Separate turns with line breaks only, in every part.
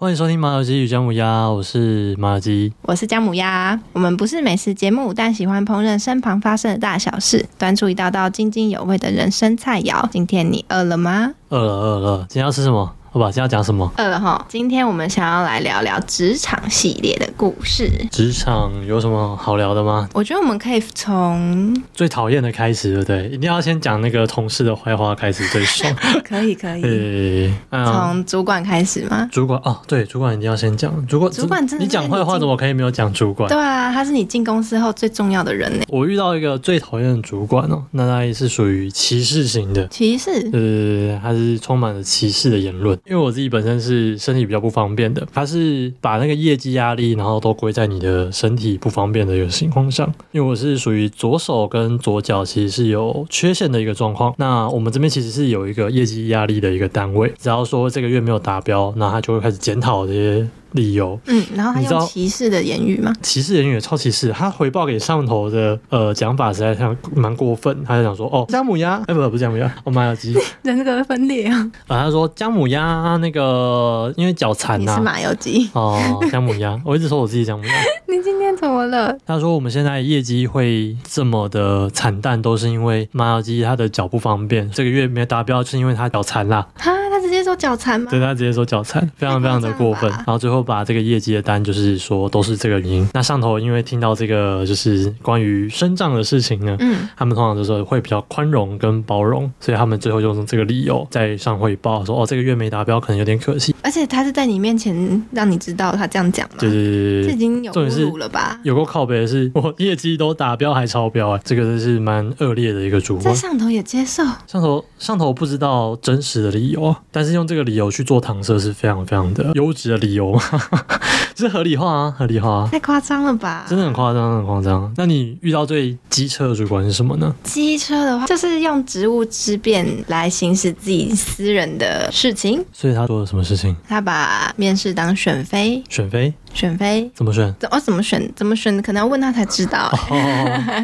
欢迎收听《马尔基与姜母鸭》，我是马尔基。
我是姜母鸭，我们不是美食节目，但喜欢烹饪身旁发生的大小事，端出一道道津津有味的人生菜肴。今天你饿了吗？
饿了饿了，今天要吃什么？好吧，今天要讲什么？
饿了哈。今天我们想要来聊聊职场系列的故事。
职场有什么好聊的吗？
我觉得我们可以 从
最讨厌的开始，对不对？一定要先讲那个同事的坏话开始 最爽。
可以可以
对，哎呀，
从主管开始吗？
主管哦，对，主管一定要先讲。主管，
主管真的
你讲
是你
坏话
进
怎么可以没有讲主管
对？啊，他是你进公司后最重要的人呢。
我遇到一个最讨厌的主管哦，那他也是属于歧视型的。
歧视
对对对对，他呃是充满了歧视的言论。因为我自己本身是身体比较不方便的，他是把那个业绩压力，然后都归在你的身体不方便的一个情况上。因为我是属于左手跟左脚其实是有缺陷的一个状况。那我们这边其实是有一个业绩压力的一个单位，只要说这个月没有达标，那他就会开始检讨这些理由。
嗯，然后他
你知道
用歧视的言语吗？
歧视人员也超歧视，他回报给上头的呃讲法实在上蛮过分，他就想说哦姜母鸭，哎、不不是姜母鸭，哦麻油鸡，
人格分裂啊！
啊，他说姜母鸭那个因为脚残
你是
呐、
马油鸡，
哦，姜母鸭，我一直说我自己姜母鸭。
你今天怎么了？
他说我们现在业绩会这么的惨淡，都是因为麻油鸡他的脚不方便，这个月没达标，就是因为他脚残啦。
哈，他直接说脚残吗？
对他直接说脚残，非常非常的过分。
太夸张了吧
然后最后把这个业绩的单，就是说都是这个原因。那上头因为听到这个就是关于身障的事情呢，
嗯，
他们通常就是会比较宽容跟包容，所以他们最后就用这个理由在上汇报说哦，这个月没达标，可能有点可惜。
而且他是在你面前让你知道他这样讲吗？
对对对
这
对
已
对。
经有
重点
侮
是
辱了吧？
有够靠北的是，我业绩都达标还超标哎、这个真是蛮恶劣的一个主
在
管。
上头也接受，
上头上头不知道真实的理由啊，但是用这个理由去做搪塞是非常非常的优质的理由嘛， 是合理化啊，合理化 啊，
太夸张了吧？
真的很夸张，真的很夸张。那你遇到最机车的主管是什么呢？
机车的话，就是用职务之便来行使自己私人的事情。
所以他做了什么事情？
他把面试当选妃，
选妃
选妃
怎么 选？
怎哦怎么选怎么选，可能要问他才知道。
哦，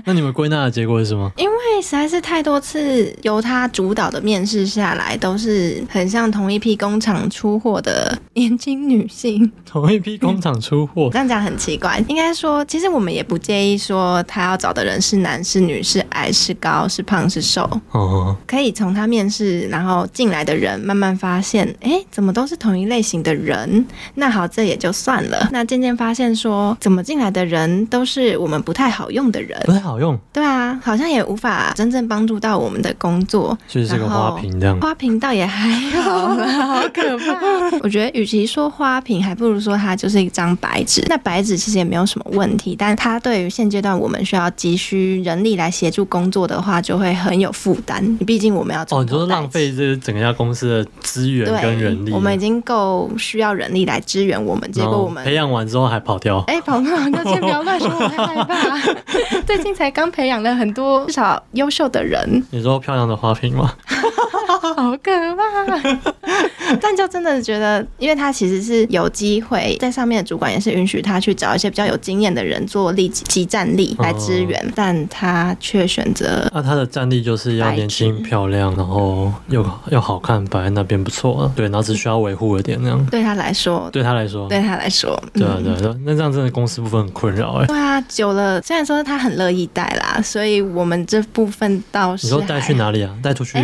那你们归纳的结果是什么？
因为实在是太多次由他主导的面试下来，都是很像同一批工厂出货的年轻女性。
同一批工厂出货
我，这样讲很奇怪，应该说，其实我们也不介意说他要找的人是男是女是矮是高是胖是瘦，
哦，
可以从他面试然后进来的人慢慢发现，哎，怎么都是同一类型的人？那好，这也就算了。那渐渐发现说，怎么进来的人都是我们不太好用的人，
不太好用，
对啊，好像也无法真正帮助到我们的工作，
所以是个
然后
花瓶这样。
花瓶倒也还 好啦，好可怕。 我觉得，与其说花瓶，还不如说它就是一张白纸。那白纸其实也没有什么问题，但它对于现阶段我们需要急需人力来协助工作的话，就会很有负担。毕竟我们要
哦，你
从
说
头带
浪费这整个家公司的资源
对
跟人力，
我们已经够需要人力来支援我们，结
然
果
后
我们
培养完之后还跑掉，
哎，朋友，那先不要乱说，我会害 怕。最近才刚培养了很多至少优秀的人，
你说漂亮的花瓶吗？
好可怕！ 但就真的觉得，因为他其实是有机会，在上面的主管也是允许他去找一些比较有经验的人做力集战力
哦
来支援，但他却选择
那、啊他的战力就是要
白
年轻
纸
漂
嗯
亮，然后又又好看，摆在那边不错啊。对，然后只需要维护一点那样。
对他来说，嗯
对他来说，
对他来说，
对啊
嗯
对啊，对啊那这样真的公司部分很困扰哎、
对啊，久了，虽然说他很乐意带啦，所以我们这部分倒是
你说带去
还好？
哪里啊？带出去？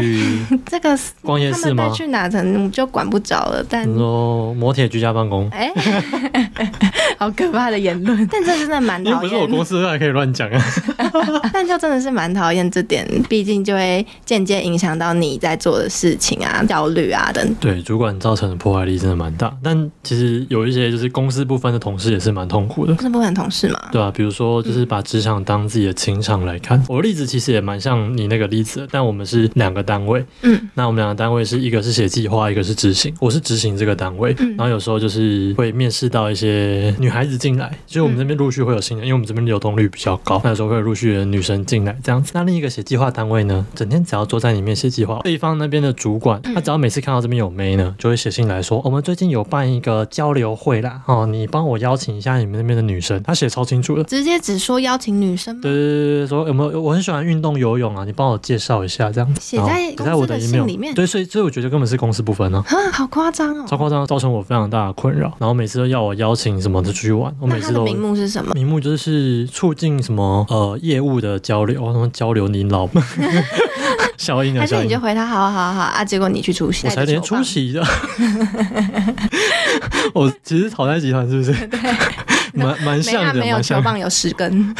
这个
逛夜市
他们
吗
带去哪，可能就管不着了。 但
你说摩铁居家办公？
哎，好可怕的言 论！但这真的蛮
因为
哎讨
不
厌哎
是我公司，还可以乱讲啊。
但就真的是蛮讨厌这点，毕竟就会间接影响到你在做的事情啊、焦虑啊等。
对，主管造成的破坏力真的蛮大，但其实有一些就是公司部分的同事也是蛮痛苦的。
不是部分同事嘛？
对啊，比如说就是把职场当自己的情场来看，我的例子其实也蛮像你那个例子的，但我们是两个单位，
嗯，
那我们两个单位是一个是写计划，一个是执行，我是执行这个单位，
嗯
然后有时候就是会面试到一些女孩子进来，所以我们这边陆续会有新人，因为我们这边流动率比较高，那时候会有陆续的女生进来这样子。那另一个写计划单位呢，整天只要坐在里面写计划，对方那边的主管，他只要每次看到这边有妹呢，就会写信来说，我们最近有办一个交流会啦，哦，你帮我邀请一下你们那边的女生，他写超清楚的。
直接只说邀请女生吗？
对对对对，说有没有？我很喜欢运动游泳啊，你帮我介绍一下这样。
写
然后
在
写
公
在
司
我
的信
email
里面
对，所以所以我觉得根本是公私不分啊，
啊，好夸张
超
哦！
夸张，造成我非常大的困扰。然后每次都要我邀请什么的出去玩，我
那
每
他
次
的
都
名目是什么？
名目就是促进什么呃业务的交流，哦什么交流您老 效应啊
还
效
是你
应
就。回他好好好啊？结果你去出席，
我才连出席的，我其实讨债集团是不是？ 蛮蛮
没啊
像的，
没有
蛮
球
像的。
棒有十 根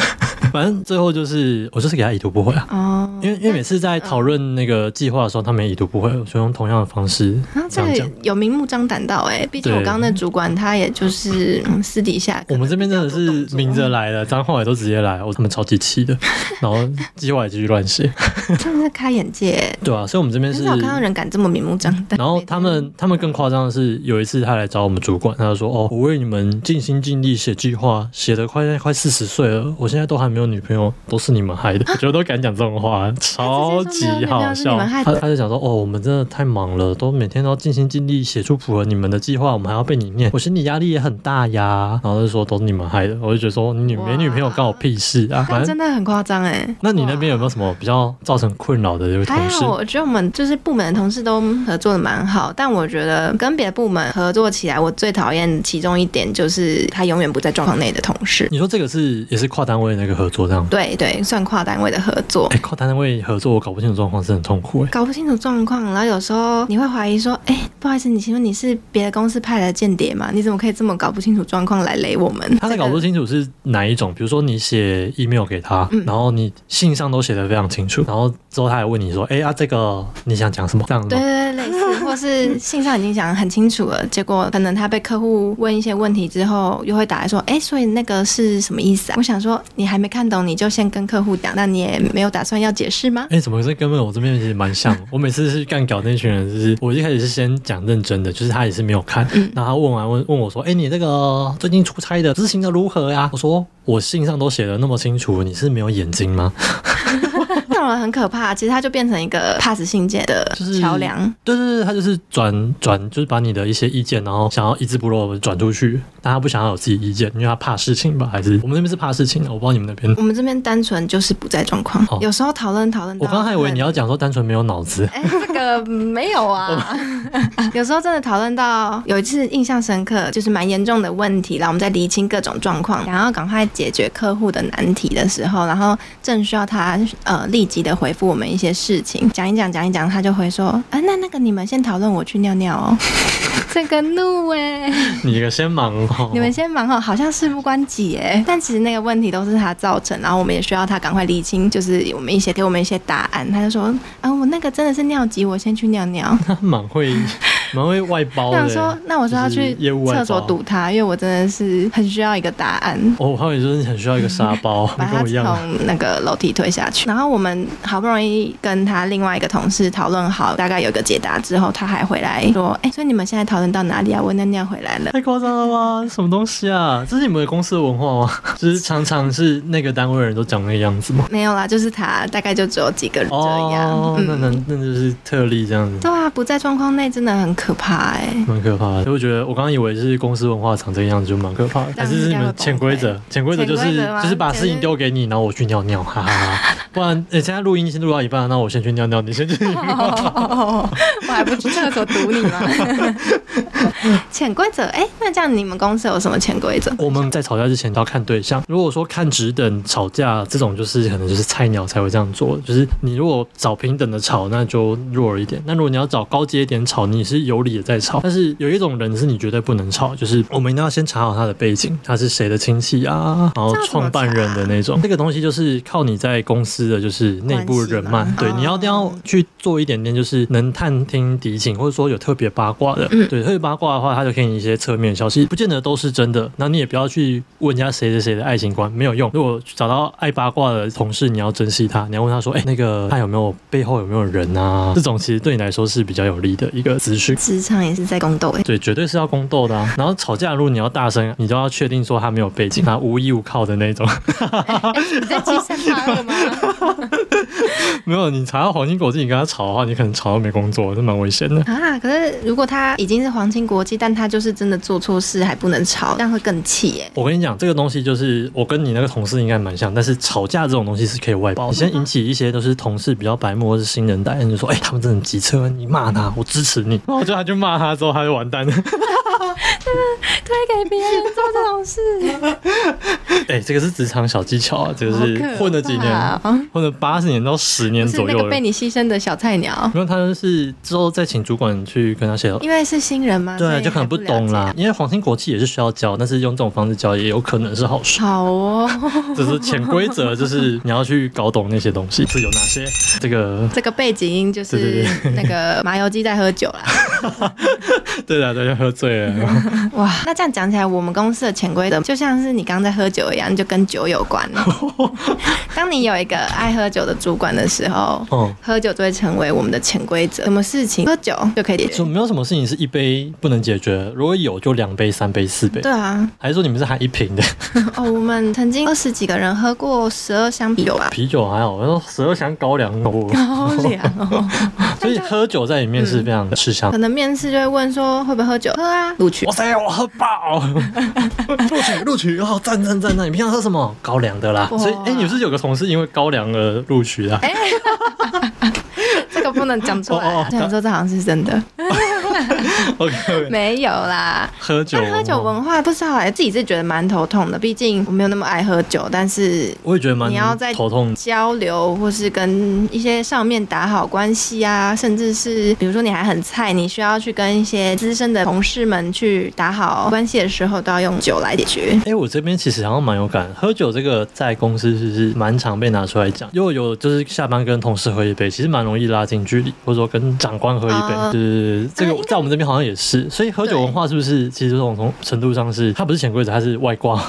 反正最后就是我就是给他已读不回啊。
哦。嗯
因为因为每次在讨论那个计划的时候，他们也已读不回，我就用同样的方 式
啊，
这
这
样讲
个。有明目张胆到哎、毕竟我
对
刚刚那主管他也就是、嗯私底下可
我
能
们这边真的
比较多动
是
作
明着来的，脏话也都直接来，我他们超级气 的，然后计划也继续乱写，
真的是开眼界，哎
对啊，所以我们这边
很
是
少看到人敢这么明目张胆。
然后他们他们更夸张的是，有一次他来找我们主管，他就说：“
嗯
哦，我为你们尽心尽力写计划，写的快快四十岁了，我现在都还没有女朋友，都是你们害 的。”我觉得都敢讲这种话，超级好笑。他他就讲说：“哦，我们真的太忙了，都每天都尽心尽力写出符合你们的计划，我们还要被你念，我心理压力也很大呀。”然后就说：“都哦是你们害的。”我就觉得说：“你女没女朋友关我屁事啊！”
但
反
真
正，
的很夸张哎。
那你那边有没有什么比较造成困扰的这位同
还
事
好，？哎我觉得我们就是部门的同事都合作的蛮好，但我觉得跟别的部门合作起来，我最讨厌其中一点就是他永远不在状况内的同事。
你说这个是也是跨单位那个合作这样吗？
对对，算跨单位的合作。
哎、跨单位合作，我搞不清楚状况是很痛苦哎、
搞不清楚状况，然后有时候你会怀疑说，哎、不好意思，你请问你是别的公司派来的间谍吗？你怎么可以这么搞不清楚状况来雷我们？
他的搞不清楚是哪一种，比如说你写 email 给他，然后你信上都写的非常清楚，然后之后他还问你说，哎、啊这个你想讲什么？这样子
对
吗。
对对，类似，或是信上已经讲得很清楚了，结果可能他被客户问一些问题之后，又会打来说，哎、所以那个是什么意思啊？我想说，你还没看懂，你就先跟客户讲，那你也没有打算要解释吗？
哎、怎么这根本我这边其实蛮像，我每次是干搞那群人，就是我一开始是先讲认真的，就是他也是没有看，然后他问完问问我说，哎、你这个最近出差的执行的如何呀？我说我信上都写的那么清楚，你是没有眼睛吗？
这种人很可怕，其实他就变成一个 pass 信件的
就是
桥梁。
对对对，他就是转转，就是把你的一些意见，然后想要一字不漏地转出去，但他不想要有自己意见，因为他怕事情吧？还是我们那边是怕事情啊？我不知道你们那 边。
我们这边单纯就是不在状况
哦，
有时候讨论讨论到
我
很，
刚刚还以为你要讲说单纯没有脑子，
哎，这个没有啊。 有时候真的讨论到有一次印象深刻，就是蛮严重的问题然后我们在厘清各种状况，然后赶快解决客户的难题的时候，然后正需要他呃立即的回复我们一些事情，讲一讲讲一讲，他就回说啊，那那个你们先讨论，我去尿尿哦。 这个怒哎、
你这个先忙哦。
你们先忙哦，好像事不关己哎，但其实那个问题都是他造成，然后我们也需要他赶快理清，就是我们一些给我们一些答案。他就说啊，我那个真的是尿急，我先去尿尿。
他蛮会蛮会外包
我想
的。
说， 那我说要
哦就是
去
业务外包
厕所堵他，因为我真的是很需要一个答案。
哦，我还以为说你很需要一个沙包，
把
你跟
他
我一样。
从那个楼梯推下去，然后我们好不容易跟他另外一个同事讨论好，大概有个解答之后，他还回来说：“哎、所以你们现在讨论到哪里啊？我尿尿回来 了。
太夸张了吧？什么东西啊？这是你们公司的文化 吗？就是常常是那个单位的人都长那个样子吗”？
没有啦，就是他，大概就只有几个人这样。嗯
哦，那那那就是特例这样子。
对啊，不在状况内真的很可怕哎、
蛮可怕的，所以我觉得我刚刚以为是公司文化长这个样子，就蛮可怕的。
这
还
样
是
应
你
该会
们潜规则，潜规则就
潜
是
规则吗
就是把事情丢给你，然后我去尿尿，哈哈哈。不然，诶、现在录音先录到一半，那我先去尿尿，你先去。
哦，我还不去厕所堵你吗？潜规则，哎、那这样你们公司有什么潜规则？
我们在吵架之前都要看对象。如果说看只等吵架这种，就是可能就是菜鸟才会这样做。就是你如果找平等的吵，那就弱一点；那如果你要找高阶一点吵，你是有理的在吵。但是有一种人是你绝对不能吵，就是我们一定要先查好他的背景，他是谁的亲戚啊，然后创办人的那种。这个东西就是靠你在公司思的就是内部人脉
关系嘛，
对，
哦
你要一定要去做一点点，就是能探听敌情，或者说有特别八卦的，
嗯
对，特别八卦的话，他就给你一些侧面消息，不见得都是真的。那你也不要去问人家谁谁谁的爱情观，没有用。如果找到爱八卦的同事，你要珍惜他，你要问他说，哎、那个他有没有背后有没有人啊？这种其实对你来说是比较有利的一个资讯。
职场也是在宫斗哎、
对，绝对是要宫斗的啊。然后吵架，如果你要大声，你就要确定说他没有背景，他无依无靠的那种。
哎你在计算他了吗？
没有，你查到皇亲国际，你跟他吵的话，你可能吵到没工作，这蛮危险的。
啊，可是如果他已经是皇亲国戚，但他就是真的做错事还不能吵，这样会更气耶、
我跟你讲，这个东西就是我跟你那个同事应该蛮像，但是吵架这种东西是可以外包。
哦
你先引起一些都是同事比较白目或是新人代，你就说，哎、他们真的很机车，你骂他，我支持你。
哦
然后我觉得他就骂他之后，他就完蛋了。
推给别人做这种事，
哎、这个是职场小技巧啊，这个是
好可
混了几年，
怕哦
混了八十年到十年
是
左
那
右
个被
了。
你牺牲的小菜鸟，
没有，他就是之后再请主管去跟他协调，
因为是新人嘛，所
对，啊
以
就可能不
还了解
懂啦。。因为皇亲国戚也是需要教，但是用这种方式教也有可能是好事。
好 哦，
这是潜规则，就是你要去搞懂那些东西是有哪些。这 个
这个背景音就
对
是那个麻油鸡在喝酒啦。
对的，大家喝醉了，
哇，那这样讲起来，我们公司的潜规则就像是你刚在喝酒一样，就跟酒有 关。当你有一个爱喝酒的主管的时候，
哦，
喝酒就会成为我们的潜规则。什么事情喝酒就可以解决
就？没有什么事情是一杯不能解决，如果有就两杯、三杯、四杯
对，啊，
还是说你们是含一瓶的
哦，我们曾经二十几个人喝过十二箱啤酒吧，
啤酒还好，我说十二箱高粱哦，
好凉哦。
所以喝酒在里面
嗯
是非常吃香
可。能面试就会问说会不会喝酒，喝啊，录 取
哇。塞，我喝爆！录取录取，哦，赞赞赞赞！你平常喝什么？高粱的啦。
哇
所以，哎、你是不是有个同事因为高粱而录取的、啊？
哎，这个不能讲出来
哦哦
啊
哦！
虽然说这好像是真 的，
OK，, o k
没有啦。
喝酒
但
文化，
喝酒文化不知道哎、自己是觉得蛮头痛的，毕竟我没有那么爱喝酒，但是。
我也觉得蛮
你要在
头痛。
交流，或是跟一些上面打好关系啊，甚至是比如说你还很菜，你需要去跟一些资深的同事们去打好关系的时候，都要用酒来解决。
哎、我这边其实好像蛮有感，喝酒这个在公司其实蛮常被拿出来讲，因为有就是下班跟同事喝一杯，其实蛮容易拉近距离，或者说跟长官喝一杯，
啊
就是这
啊应
个
该
在我们这边好像也是，所以喝酒文化是不是其实这种从程度上是它不是潜规则，它是外 挂，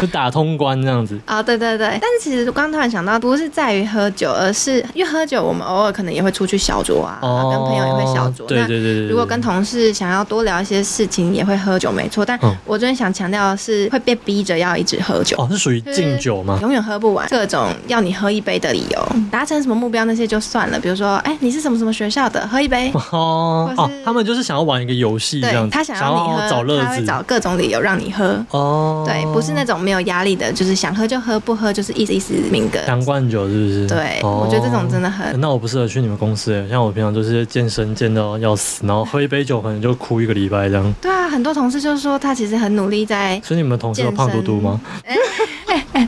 就打通关这样子。
啊、对对对，但是其实我刚突然想到，不是在于喝酒，而是因为喝酒，我们偶尔可能也会出去小酌啊，
哦，
跟朋友也会小酌。
对对对对对，
如果跟同事想要多聊一些事情，也会喝酒，没错。但
嗯
我这边想强调的是，会被逼着要一直喝酒。
哦啊是属 于敬酒吗？
永远喝不完，各种要你喝一杯的理由，达成什么目标那些就算了。比如说，哎、你是什么什么学校的，喝一杯。
哦
或
哦
是，
他们就是想要玩一个游戏这样
对
子，
他
想
想要你喝，
找乐
他会
子
找各种理由让你喝。
哦，
对，不是那种没有压力的，就是想喝就喝，不喝就是意思意思明哥。
洋灌酒是不是？
对，我觉得这种真
的。
的很
那我不适合去你们公司哎耶，像我平常就是健身健到要死，然后喝一杯酒可能就哭一个礼拜这样。
对啊。很多同事就说他其实很努 力在，
所以你们同事有胖嘟嘟吗？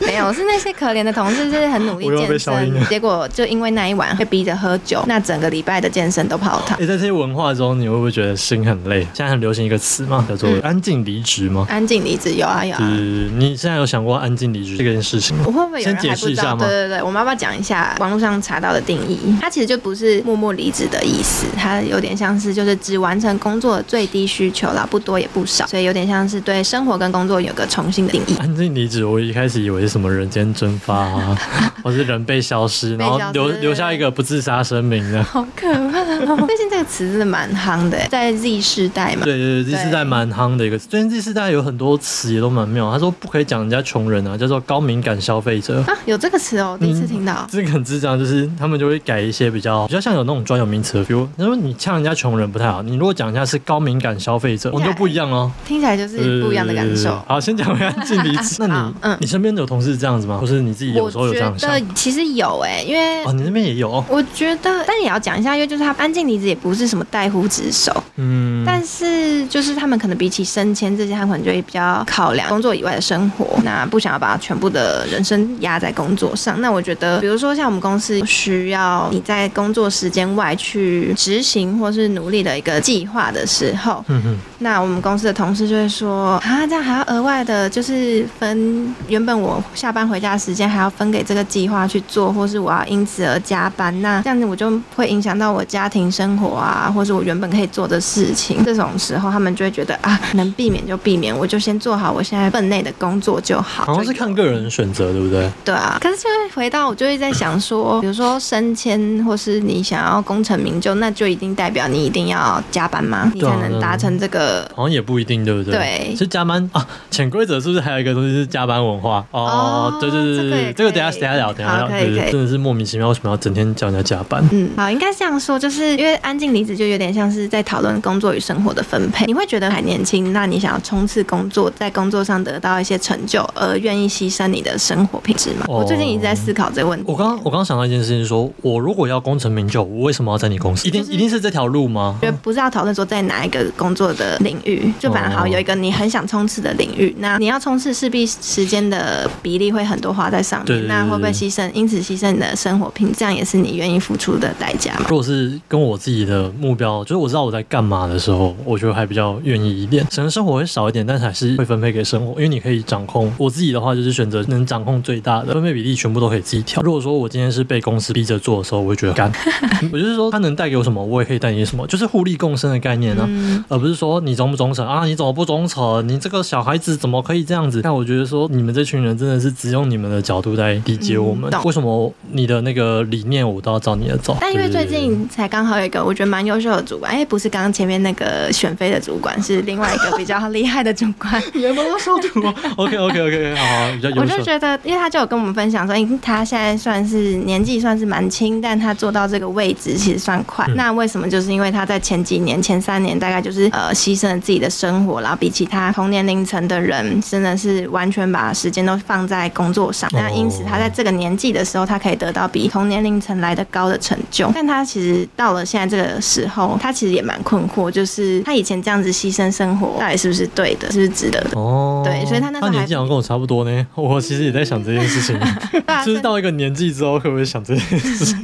没有是那些可怜的同事就是很努力
我又被
健
消音了
身，结果就因为那一晚被逼着喝酒，那整个礼拜的健身都泡汤
哎、。在这些文化中，你会不会觉得心很累？现在很流行一个词嘛，叫做
嗯
“安静离职”吗？
安静离职有啊有
就
啊。
是你现在有想过安静离职这件事情吗？
我会不会有人
先解
还不
释一
知
下
道？
吗
对对对，我们要不要讲一下网络上查到的定义？它其实就不是默默离职的意思，它有点像是就是只完成工作的最低需求啦，不多也不少，所以有点像是对生活跟工作有个重新的定义。
安静离职，我一开始以为是什么人间蒸发啊， 或是人被消失，然后
被消失
留
对对对
留下一个不自杀声明 的。
好可怕、哦！最近这个词真的蛮夯的，在 Z 世代嘛。
对对对，Z
对
世代蛮夯的一个，最近 Z 世代有很多词也都蛮妙。他说不可以讲人家穷人啊，叫做高敏感消费 者。
啊，有这个词
嗯
哦，第一次听到。
这个很智障，就是他们就会改一些比较比较像有那种专有名词，比如他说你呛人家穷人不太好，你如果讲人家是高敏感消费者，我们就不一样哦，
听起来就是不一样的感受
呃。好，先讲回安静离职。那你、
嗯
你身边有同事这样子吗？或是你自己有
我
时候有这
觉
样想
得？其实有哎、因为
哦，你那边也有哦，
我觉得，但也要讲一下，因为就是他安静离职也不是什么代乎职守，
嗯，
但是就是他们可能比起升迁这些，他们可能就会比较考量工作以外的生活，那不想要把全部的人生压在工作上。那我觉得，比如说像我们公司需要你在工作时间外去执行或是努力的一个计划的时候，
嗯嗯，
那我们公司的同事就会说啊，这样还要额外的，就是分原本我下下班回家的时间还要分给这个计划去做，或是我要因此而加班，那这样子我就会影响到我家庭生活啊，或是我原本可以做的事情。这种时候，他们就会觉得啊，能避免就避免，我就先做好我现在分内的工作就好。
好像是看个人选择，对不对？
对啊，可是就会回到我就会在想说，比如说升迁，或是你想要功成名就，那就一定代表你一定要加班吗？你
对啊
才能达成这个。
好像也不一定，对不对？
对
是加班啊，潜规则是不是还有一个东西是加班文化？哦，
哦
对对对对对，
这
这
个也可以
个等一下等一下聊，等一下
好
聊，
可以
对对
可以
对，真的是莫名其妙为什么要整天叫人家加班？
嗯，好，应该这样说，就是因为安静离职就有点像是在讨论工作与生活的分配。你会觉得还年轻，那你想要冲刺工作，在工作上得到一些成就，而愿意牺牲你的生活品质吗？
哦
我最近一直在思考这个问题。
我刚我刚想到一件事情说，我如果要功成名就，我为什么要在你公司？一定
就是
一定是这条路吗？
觉得不是要讨论说在哪一个工作的领域，就反而好
哦
有一个你很想冲刺的领域，那你要冲刺势必时间的比例会很多花在上
对对对
面，那会不会
对
牺牲？因此牺牲你的生活品质，这样也是你愿意付出的代价嘛？
如果是跟我自己的目标，就是我知道我在干嘛的时候，我觉得还比较愿意一点。可能生活会少一点，但是还是会分配给生活，因为你可以掌控。我自己的话就是选择能掌控最大的，分配比例全部都可以自己调。如果说我今天是被公司逼着做的时候，我会觉得干。 我就是说，它能带给我什么，我也可以带你什么，就是互利共生的概念呢、啊
嗯，
而不是说你忠不忠诚啊，你怎么不忠诚？你这个小孩子怎么可以这样子？但我觉得说你们这群人真的是只用你们的角度在理解我们
嗯，懂
为什么你的那个理念我都要照你的走？
但因为
哦对
最
对对
近才刚好有一个我觉得蛮优秀的主管，哎、不是刚刚前面那个选妃的主管，是另外一个比较厉害的主管。
你们都受徒，OK OK OK，好，比较优
我就
秀。
觉得，因为他就有跟我们分享说，哎、他现在算是年纪算是蛮轻，但他做到这个位置其实算快。
嗯
那为什么？就是因为他在前几年、前三年大概就是呃牺牲了自己的生活，然后比起他同年龄层的人，真的是完全把时间都放在工作上。那因此
哦
他在这个年纪的时候，他可以得到比同年龄层来的高的成就。但他其实到了现在这个时候，他其实也蛮困惑，就是他以前这样子牺牲生活，到底是不是对的，是不是值得的？
哦，
对所以他那时候还
年纪好像跟我差不多呢。我其实也在想这件事 情，
对啊，
就
所以
是到一个年纪之后，会不会想这件 事情？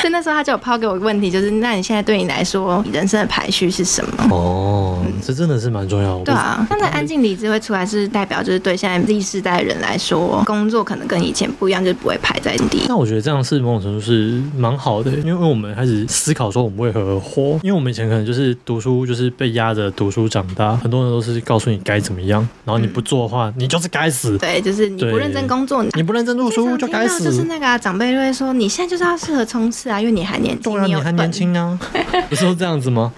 所以那时候他就有抛给我一个问题，就是那你现在对你来说，你人生的排序是什么？
哦，这真的是蛮重要的。
对啊，刚才安静离职会出来，是代表就是对现在 Z 世代的人来说，工作可能跟以前不一样，就是不会排在第一。
那我觉得这样是某种程度是蛮好的，因为我们开始思考说我们为何而活。因为我们以前可能就是读书，就是被压着读书长大，很多人都是告诉你该怎么样，然后你不做的话，你就是该死，
嗯对，就是你不
对
认真工作，你
你不认真读
经
书
常
就
听到
该死。
就是那个啊、长辈就会说，你现在就是要适合冲刺啊，因为你还年轻，
对啊，你
有
还年
本
轻啊， 不是都这样子吗？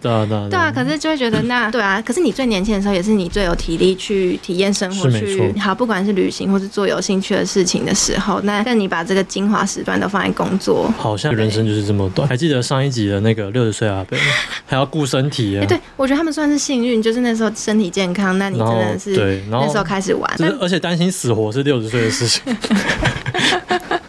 对啊，对啊，
对啊，可是就会觉得那对啊，可是你最年轻的时候，也是你最有体力去体验生活，
是没
去
错
好，不管是旅行或是做有兴趣的事情的时候，那但你把这个精华时段都放在工作。
好像人生就是这么短。还记得上一集的那个六十岁 阿伯，还要顾身体啊
哎、，对我觉得他们算是幸运，就是那时候身体健康，那你
然
真
后
的是
对，然
啊那
后
时候开始玩，
就是
但
而且担心死活是六十岁的事 情，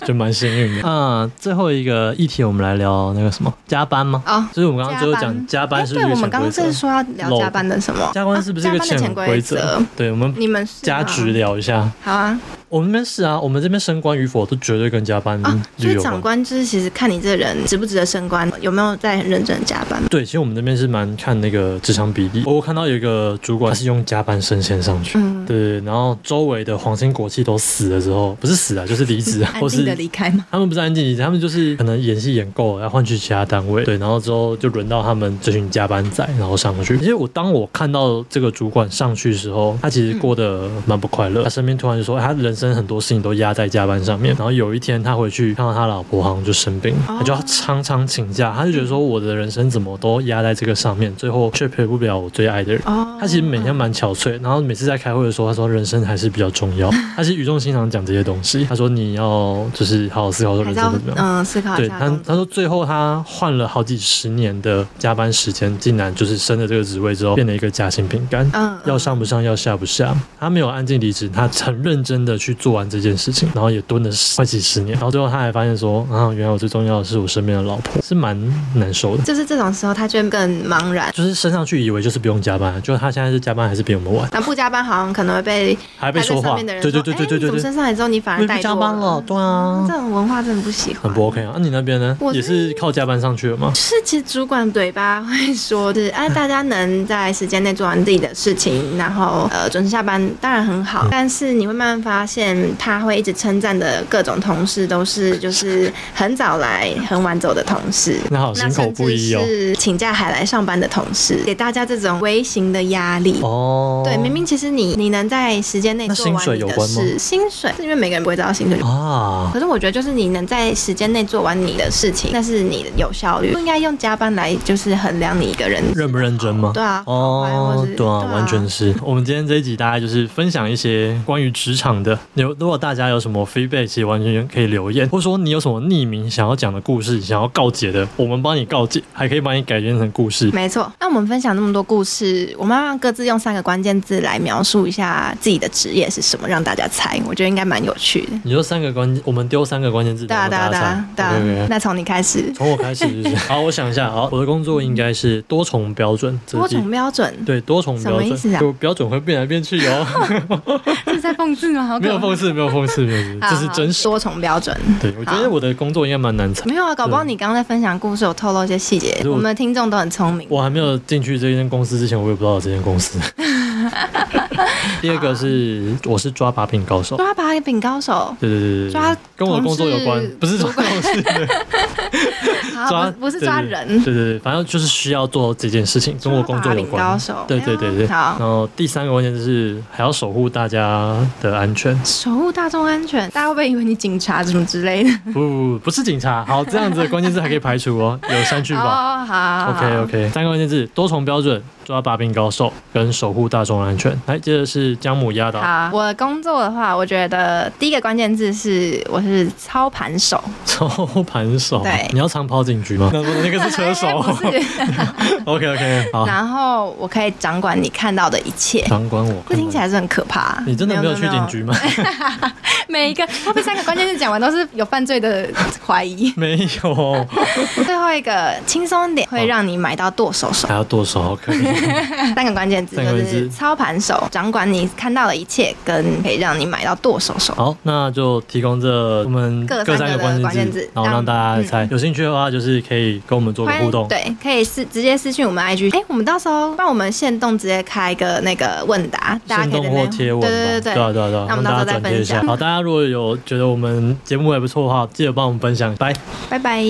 就蛮幸运的。啊，最后一个议题，我们来聊那个什么加班吗？
哦，
就是我们刚刚最后讲加
哎、
班是不
对
是
我
一个
们刚刚
潜规
是
则？
说要聊加班的什么？
加班是不是一
啊
个
加班的
潜
潜
规
规
则？对，我们
你们是
加
吗
值聊一下。
好啊，
我们那边是啊，我们这边升官与否都绝对跟加班
啊，就
率
是
有
长
关。
官，就是其实看你这个人值不值得升官，有没有在很认真地加班。
对，其实我们那边是蛮看那个职场比例。我看到有一个主管他是用加班升迁上去，
嗯，
对，然后周围的皇亲国戚都死了之后，不是死啊，就是离职啊，
安
或
静
是
的离开吗？
他们不是安静离职，他们就是可能演戏演够了，要换去其他单位。对，然后之后就轮到他们这群加班仔，然后上去。其实我当我看到这个主管上去的时候，他其实过得蛮不快乐。他身边突然就说，哎他人生很多事情都压在加班上面。然后有一天他回去看到他老婆好像就生病，
哦
他就要常常请假。他就觉得说，我的人生怎么都压在这个上面，最后却陪不了我最爱的人。
哦，
他其实每天
嗯
蛮憔悴，然后每次在开会的时候，他说人生还是比较重要。他是语重心长讲这些东西，他说你要就是好好思考说
还
人
是要
生怎么样。
嗯思考一
对
下
他
工，
他
作。
说最后他换了好几十年的加班时间，竟然就是升了这个职位之后，变了一个夹心饼干。
嗯，
要上不上，要下不下，他没有安静离职，他很认真的去做完这件事情，然后也蹲了十快几十年，然后最后他还发现说，啊，原来我最重要的是我身边的老婆，是蛮难受的。
就是这种时候，他就会更茫然。
就是升上去以为就是不用加班，啊就他现在是加班还是比我们晚。
那不加班好像可能会被
还被说
上
话，
面的人
对对
说
对
哎
对对对
你怎么
对，
升上来之后你反而
被
怠
加
惰
班了，对啊
嗯这，种文化真的不喜欢，
很不 OK 啊。那你那边呢
我？
也是靠加班上去了吗？
是，其实主管嘴巴会说， 就是哎，大家能
嗯
在时间内做完自己的事情，然后呃准时下班，当然很好。但是你会慢慢发现他会一直称赞的各种同事都是就是很早来很晚走的同事，
那好心
那
口
甚
不
至
一哦。
是请假还来上班的同事，给大家这种微型的压力。
哦，
对，明明其实你你能在时间内
那
做完
薪水
你的
有关吗
事，薪水是因为每个人不会知道薪水。
啊，
可是我觉得，就是你能在时间内做完你的事情，那是你的有效率，不应该用加班来就是衡量你一个人
认不认真吗？
对啊，好坏
哦
或，是
对啊，完全是。我们今天这一集大概就是分享一些关于职场的，有如果大家有什么 feedback，其实完全可以留言，或者说你有什么匿名想要讲的故事，想要告解的，我们帮你告解，还可以帮你改编成故事。
没错，那我们分享那么多故事，我们要让各自用三个关键字来描述一下自己的职业是什么，让大家猜。我觉得应该蛮有趣的。
你说三个关，我们丢三个关键字，
对啊，对啊，
让
对啊，对
大家猜。OK，OK
啊。那从你开始，
从我开始就是， 好，我想一下，好，我的工作应该是多重标准，这
多
是第
重标准，
对多重标
什么意思
准，
啊
就标准会变来变去哦，
这是在讽刺吗？好
没有
可怕！
讽刺，没有讽刺，没有讽刺，
好
这是
好
真实。
多重标准。
对，我觉得
好
我的工作应该蛮难猜。
没有啊，搞不好
对
你刚刚在分享故事有透露一些细节
可，是我
我们的听众都很聪明。
我还没有进去这间公司之前，我也不知道有这间公司。 第二个是我是抓把柄高手，
抓把柄高手，
对对对对对，
抓
跟我的工作有关
同事，
不是抓
主管
同事的，
好，
抓
不不是抓
对
人，
对对对，反正就是需要做这件事情，跟我工作有
抓把柄高
关。
手，
对对对对，嗯然
好，
后第三个关键就是还要守护大家的安全，
守护大众安全，大家会不会以为你警察什么之类的？
不不不不是警察，好这样子的关键字还可以排除 哦，有删去法。
哦，好
OK OK，三个关键字：多重标准、抓把柄高手跟守护大众安全。来，接着是姜母鸭 的
好，我的工作的话，我觉得第一个关键字是我是操盘手，
操盘手，啊
对
你要长跑警 局吗？那那个是车手。
哎 不是，
OK OK，好，
然后我可以掌管你看到的一切。
掌管我。
这听起来是很可怕。
嗯你真的没有去警
没有？
局吗？。
每一个他被三个关键字讲完都是有犯罪的怀疑
没有，
最后一个轻松一点，会让你买到剁手手。
还要剁手，好 可怜。
三个关键字
三个
就
关键字
是操盘手，掌管你看到的一切，跟可以让你买到剁手手。
好，那就提供这我们
各
各三
三个
个
的
关
关
键
键
字
字，嗯
然后让大家来猜。有兴趣的话，就是可以跟我们做个
欢
互
迎
动。
对，可以私直接私信我们 IG，哎、我们到时候帮我们线动直接开一个那个问答，大
生
家可以在
动
那
或贴文吧，
对对
对
对
啊对啊对啊，
那我
让
们
大家
到时候再
转贴一
分
下。
享
好，大家如果有觉得我们节目还不错的话，记得帮我们分享，拜。
拜拜。